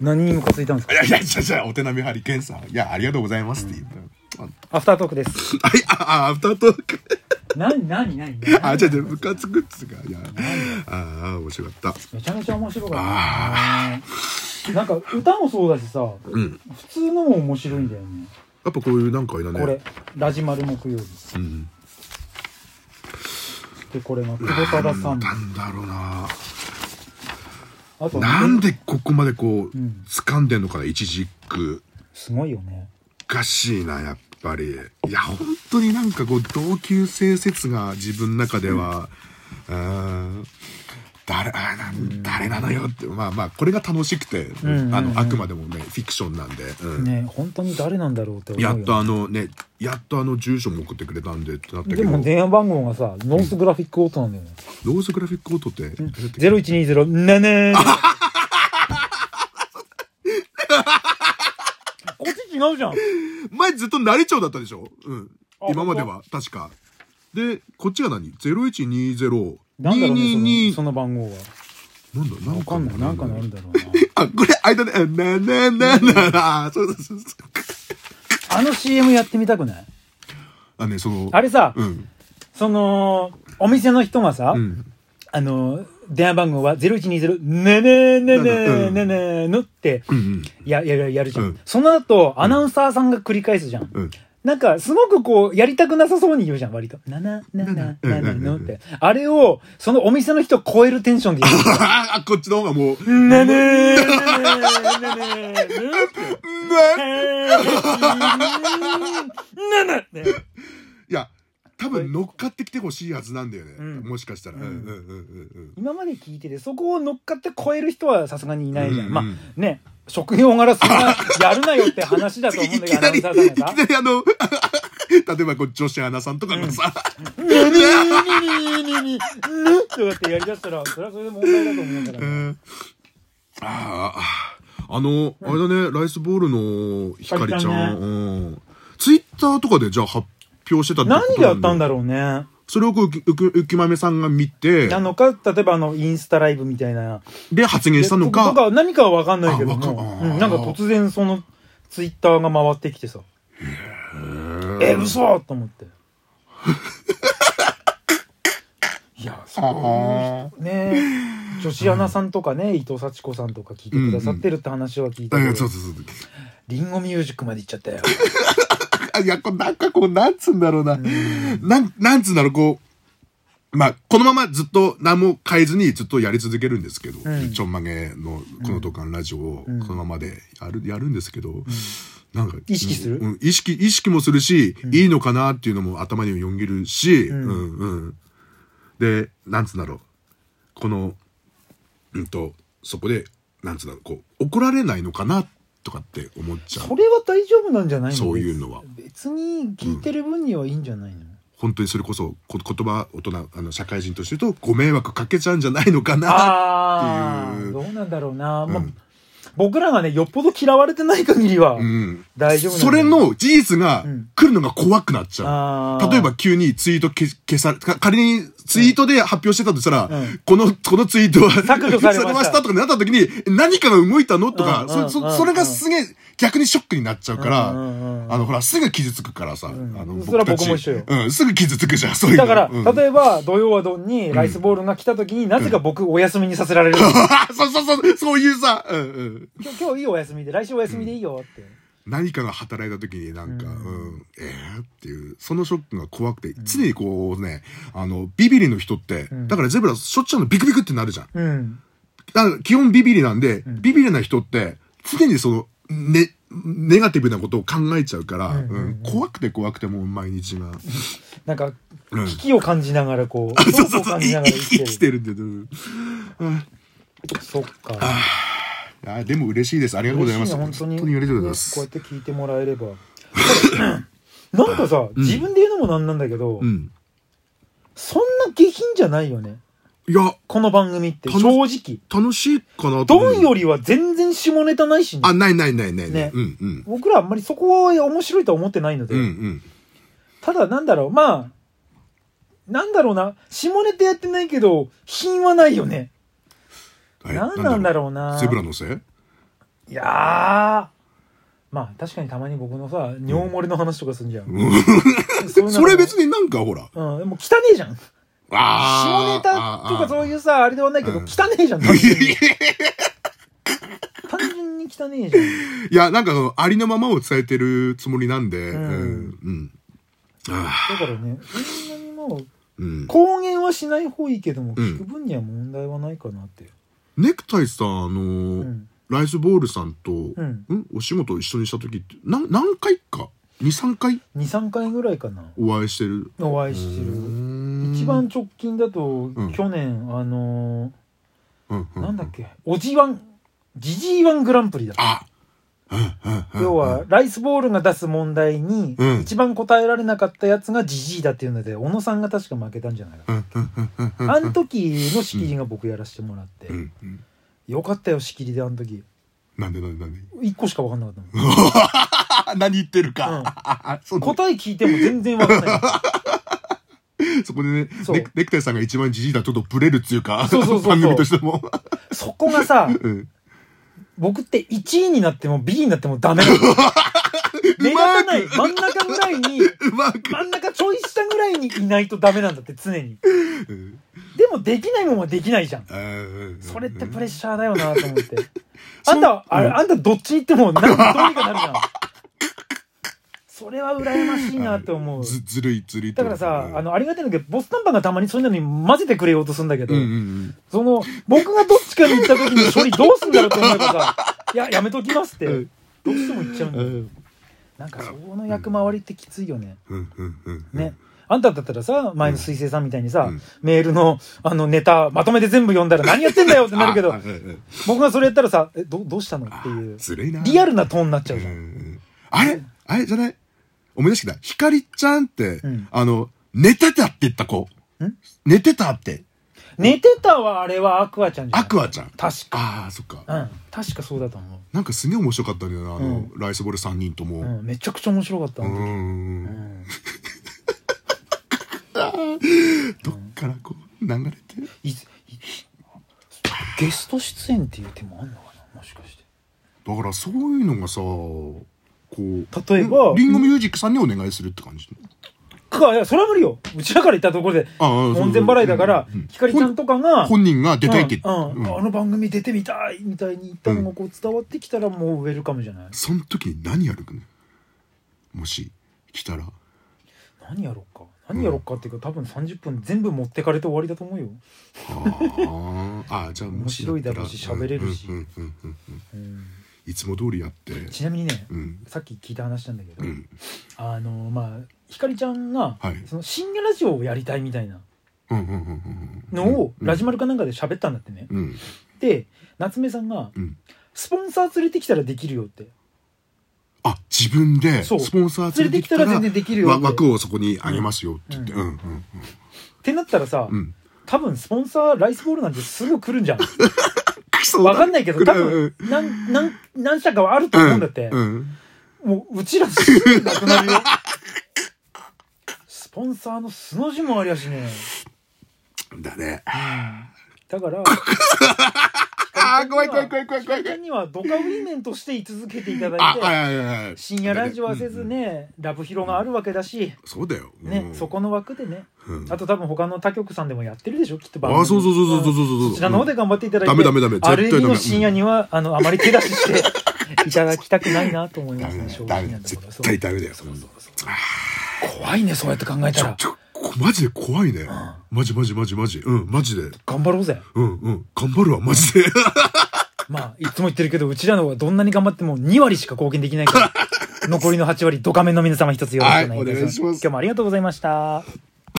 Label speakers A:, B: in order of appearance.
A: 何にムカついたんですか
B: いやいや、じゃじゃお手並みハリケンさん。いや、ありがとうございますって言った。あ
A: アフタートークです。
B: あ、いあ、あアフタートーク。
A: 何、何、何
B: あ、じゃじゃムカつくっつうか。いや、ああ、面白かった。
A: めちゃめちゃ面白かったね。なんか歌もそうだしさ、
B: うん。
A: 普通のも面白いんだよね。
B: やっぱこういうなんかあれだね。
A: これ、ラジマル木曜日。
B: うん。
A: で、これが久保忠さん。
B: なんだろうな。
A: あと、
B: なんでここまでこう、
A: うん
B: 掴んでんのかな、一軸
A: すごいよね。
B: おかしいな、やっぱり。いや、本当になんかこう、同級生説が自分の中では、うーん、誰、あーなん誰なのよって、まあまあ、これが楽しくて、
A: んうんうん
B: あの、あくまでもね、フィクションなんで、うん
A: ね本当に誰なんだろうって思う
B: や
A: よ、
B: っとあのね、やっとあの住所も送ってくれたんでってなったけ
A: で
B: ど、
A: も
B: ノ
A: 電話番号がさ、ノースグラフィックオートなんだよね。
B: ースグラフィックオートって、
A: ゼロ一二ゼロ 七。こっち違うじゃん。
B: 前ずっと慣れちゃうだったでしょうん
A: あ。
B: 今までは、確か。で、こっちが何 ?0120、
A: なんだろうね、そのその
B: 222、
A: 番号は。
B: なんだ、なん
A: わかんない、なんかのあるんだろうな。
B: あ、これ、間で、あな、な、な、な、な、あそうそうそうそう。
A: あの CM やってみたくない
B: あ、ね、その、
A: あれさ、
B: うん。
A: その、お店の人がさ、
B: うん。
A: あの、電話番号は0120、ねねねねねねのって、
B: うんうん。
A: や、やる、やるじゃん。
B: うん
A: その後、アナウンサーさんが繰り返すじゃん。
B: うん。
A: なんか、すごくこう、やりたくなさそうに言うじゃん、割と。なな、なな、ななのって。あれを、そのお店の人を超えるテンションで言う。
B: あ、こっちの方がもう、
A: なねーなねーなって。
B: な、
A: ななね
B: いや、多分乗っかってきてほしいはずなんだよね。
A: うん
B: もしかしたら。うん
A: う
B: うんんうんうん
A: 今まで聞いてて、そこを乗っかって超える人はさすがにいないじゃん。
B: うん
A: まあ、ね、職業柄そんな、やるなよって話だと
B: うん。
A: 思うん
B: い
A: だ
B: き
A: けど、
B: な
A: アナウ
B: り、
A: ン
B: いき
A: サ
B: な
A: ーさんがさ。
B: りあの、例えばこう女子アナさんとかがさ、
A: ねねねねねねねってやってやりだしたら、それはそれで問題だと思うから
B: う
A: ね。
B: んああ、あの、あれだね、ライスボールのひかり
A: ひか
B: ち
A: りちゃ
B: ゃ
A: ん
B: ん。うん。ツイッターとかでじゃあ発表してたってこと
A: 何があったん
B: だ
A: だろうね。
B: それをこう、うく、うきまめさんが見て、
A: なのか、例えばあの、インスタライブみたいな。
B: で発言したの
A: と
B: か、
A: か、何かはわかんないけど
B: あわ
A: も、
B: か
A: うんんなんか突然その、ツイッターが回ってきてさ、え、嘘と思 って。いや、そういう人ね女子アナさんとかね、伊藤幸子さんとか聞いてくださってるって話は聞いた
B: あい
A: け
B: やそ
A: ど
B: う、そうそう。
A: リンゴミュージックまで行っちゃったよ。
B: あいや、こうなんかこう、なんつうんだろうな。なん、なんつうんだろう、こう、まあ、このままずっと何も変えずにずっとやり続けるんですけど、
A: ん
B: ちょんまげのこの土管ラジオをこ
A: ん
B: のままでやる、やるんですけど、なんか、
A: 意識する
B: うん、意識、意識もするし、いいのかなっていうのも頭にもよぎるし、うん、うん。で、なんつうんだろう。この、うんと、そこで、なんつうんだろう、こう、怒られないのかなとかって思っちゃう
A: そ。れは大丈夫なんじゃないの
B: そういうのは。
A: 別に聞いてる分にはいいんじゃないの、
B: 本当にそれこそこ言葉大人あの社会人として言うとご迷惑かけちゃうんじゃないのかな
A: ああ
B: ってい
A: ー、
B: う
A: どうなんだろうな。まあ
B: うん
A: 僕らがね、よっぽど嫌われてない限りは、
B: うん
A: 大丈夫なんだ
B: それの事実が
A: うん
B: 来るのが怖くなっちゃう、
A: あー
B: 例えば急にツイート消消されか仮にツイートで発表してたとしたら、
A: うん
B: このこのツイートは
A: 削除されました
B: とかになった時に何かが動いたのとか、
A: うんうん
B: そ
A: うん
B: そそれがすげえ逆にショックになっちゃうから、
A: うんうんうん
B: あのほらすぐ傷つくからさ、あの
A: それは
B: たち
A: 僕も一緒よ
B: うん、すぐ傷つくじゃんそういうの
A: だから、
B: うん
A: 例えば、土曜はどんにライスボールが来た時に、なぜか僕お休みにさせられる。今
B: そうそうそうそういうさ、うんうん、
A: 日、今日いいお休みで、来週お休みでいいよって。
B: 何かが働いた時になんか、うん、えー、っていう、そのショックが怖くて、常にこうね、あの、ビビリの人って、だからゼブラしょっちゅうのビクビクってなるじゃん。
A: うん。
B: だから基本ビビリなんで、ビビリな人って、常にその、ね、ネガティブなことを考えちゃうから、うん怖くて怖くてもう毎日が。
A: なんか、
B: うん
A: 危機を感じながら、こう、
B: そう
A: 恐
B: そう
A: 怖を感
B: そう、い
A: じながら生きて る。
B: 生きてるんで、うん
A: そっか。
B: あでも嬉しいです。ありがとうござい
A: 嬉
B: ま
A: しい
B: す。
A: ね、本当に。
B: 本当にありがとうございます。
A: ねこうやって聞いてもらえれ ば。なんかさ、自分で言うのもなんなんだけど、
B: うん。
A: そんな下品じゃないよね。
B: いや、
A: この番組って、
B: 楽
A: 正
B: し
A: 直。
B: 楽しいかなと思
A: ド
B: う
A: ンよりは全然下ネタないしね
B: あ、ないないないないない。
A: ね
B: うんうん。
A: 僕らあんまりそこは面白いとは思ってないので、
B: うんうん。
A: ただなんだろう、まあ、なんだろうな、下ネタやってないけど、品はないよね。
B: はい
A: なんなんだろうな
B: ゼブラのせい
A: いやーまあ確かにたまに僕のさ尿漏れの話とかすんじゃん、 そんなの
B: それ別になんかほら。
A: うんでもう汚ねえじゃん下
B: あ
A: ネタとかそう
B: う。
A: いうさあれではないけど
B: うん
A: 汚ねえじゃん単純 に単純に汚ねえじゃん
B: いや、なんかそのありのままを伝えてるつもりなんで。うん。うん。あ
A: だからね、そんなにもう、
B: ーうん。
A: 公言はしない方がいいけども、
B: うん
A: 聞く分には問題はないかなって。
B: ネクタイさん、あの
A: う
B: ー
A: ん。
B: ライスボールさんと、、
A: うんん。
B: お仕事を一緒にした時って、なん何回か ?2、3回
A: 2、3回ぐらいかな。
B: お会いしてる。
A: お会いしてる。一
B: 一
A: 番、直近だと、
B: ん
A: 去年、あの
B: うんう
A: ー
B: ん、
A: なんだっけ、おじワン、ジジイワングランプリだ。
B: あうんうんうん
A: 要は、ライスボールが出す問題に
B: う、ん
A: 一番答えられなかったやつがジジイだっていうので、小野さんが確か負けたんじゃないか
B: うんうんうんうん
A: な。あの時の仕切りが僕やらせてもらって
B: う。んうん
A: よかったよ、仕切りであの時。
B: なんでなんでなんで
A: 1個しか分かんなかったもん
B: 何言ってる
A: うん
B: か、 そうね
A: 答え聞いても全然わかんない。
B: そこでね
A: そう
B: ネクネクタイさんが一番じじいだちょっとブレるっていうか
A: そうそうそうそう
B: 番組としても、
A: そこがさ、
B: うん、
A: 僕って1位になっても B になってもダメなの。目立たない真ん中ぐらいに、
B: うまく、
A: 真ん中ちょい下ぐらいにいないとダメなんだって常に。
B: うん
A: でもできないもんはできないじゃん。
B: うん
A: それって
B: うん
A: プレッシャーだよなと思って。
B: そ
A: あんた、あれ、あんたどっち行ってもなんかどうにかなるじゃん。それは羨ましいなと思う。
B: ずずるいずるい
A: だからさ、あ
B: の
A: の、ありがたいんだけど、ボスナンバーがたまにそういうのに混ぜてくれようとするんだけど、
B: うんうん
A: その、僕がどっちかに行った時に処理どうすんだろうと思えばさ、いや、やめときますって、
B: うん
A: どうしても言っちゃうんだ
B: う
A: よ。
B: ん
A: なんか、その役回りってきついよね。
B: うんうんうんうん
A: ね。あんただったらさ、前の水星さんみたいにさ、
B: うん
A: メールの、あの、ネタ、まとめて全部読んだら何やってんだよってなるけど
B: あ、うんうん
A: 僕がそれやったらさ、え、ど、どうしたのっていう、
B: ずるいな
A: リアルなトーンになっちゃうじゃ。
B: うんんあれあれじゃない思い出してきた。ひかりちゃんって、
A: うん
B: あの、寝てたって言った子。寝てたって。
A: 寝てたはあれはアクアちゃんじゃん。
B: アクアちゃん。
A: 確か。
B: ああ、そっか。
A: うん。確かそうだと思
B: なんかすげえ面白かったんだよな、あの、
A: う
B: ライスボール3人と
A: う。う
B: も。
A: ん。めちゃくちゃ面白かった。
B: う
A: あの時
B: ん。、
A: うんん
B: どっからこう、流れて。
A: いついゲスト出演っていう手もあんのかなもしかして
B: だからそういうのがさ、こう。
A: 例えば
B: リンゴミュージックさんにお願いするって感じ。
A: かいやそれは無理ようちらから行ったところで
B: ああそうそう
A: 門前払いだから
B: うんうん
A: ひかりちゃんとかが
B: 本人が出たいって
A: う
B: 言
A: ん
B: って。
A: うんあの番組出てみたいみたいに言ったのがこう伝わってきたらもうウェルカムじゃない
B: その時に何やるかねもし、来たら。
A: 何やろうか何やろうかっていうか多分30分全部持ってかれて終わりだと思うよ
B: あーあーじゃあもしったら
A: 面白いだろうし喋れるし
B: うんうんうんうんう
A: う
B: ん
A: ん
B: いつも通りやって
A: ちなみにね
B: うん
A: さっき聞いた話なんだけ
B: う
A: ど
B: ん
A: あのまあひかりちゃんが
B: はい
A: その深夜ラジオをやりたいみたいな
B: うんうんうんうんうん
A: のを
B: うん
A: ラジマルかなんかで喋ったんだってね
B: うん
A: で夏目さんが
B: うん
A: スポンサー連れてきたらできるよって
B: あ自分で
A: そう
B: スポンサー
A: 連れてきたら全然できるよ
B: わ
A: って
B: 枠をそこにあげますよって言って
A: う
B: うんんうん
A: ってなったらさ、
B: うんうん
A: 多分スポンサーライスボールなんてすぐ来るんじ ゃん
B: クソ
A: わかんないけど多分
B: う
A: 何何何社かはあると
B: う
A: 思うん
B: ん
A: だって、
B: うん
A: もううちらすぐなくなるよスポンサーの素の字もありゃしね
B: だね
A: だから
B: あー 怖い怖い怖い怖い怖い
A: ひかりちゃんにはドカウリメンとして居続けていただ
B: あ
A: い
B: はい
A: て
B: はいはいはい
A: 深夜ラジオはせずね、ラブヒロがあるわけだし、
B: そうだよ
A: ね、
B: うん
A: そこの枠でね、
B: うん
A: あと多分他の他局さんでもやってるでしょきっと
B: あそうそうそうそうそうそうそう
A: ちらの方で頑張っていただいて、
B: うんダメダメダメ絶対ダメ
A: RB の深夜には、あのあまり手出ししていただきたくないなと思い
B: ダ
A: ます
B: メ
A: ね
B: だ
A: 正
B: よ
A: 直
B: ダメだ
A: な
B: よ
A: ところ
B: 絶対ダメだよ
A: そうそうそう怖いねそうやって考え
B: ち
A: た
B: ょ
A: ら
B: ちょこマジで怖いねマジマジマジマジうんマジで
A: 頑張ろうぜ
B: うんうん。頑張るわ、マジで。
A: まあいつも言ってるけどうちらの方はどんなに頑張っても2割しか貢献できないから残りの8割ドカメンの皆様一つよろしくお願いいたします,、
B: はいお願いします
A: 今日もありがとうございました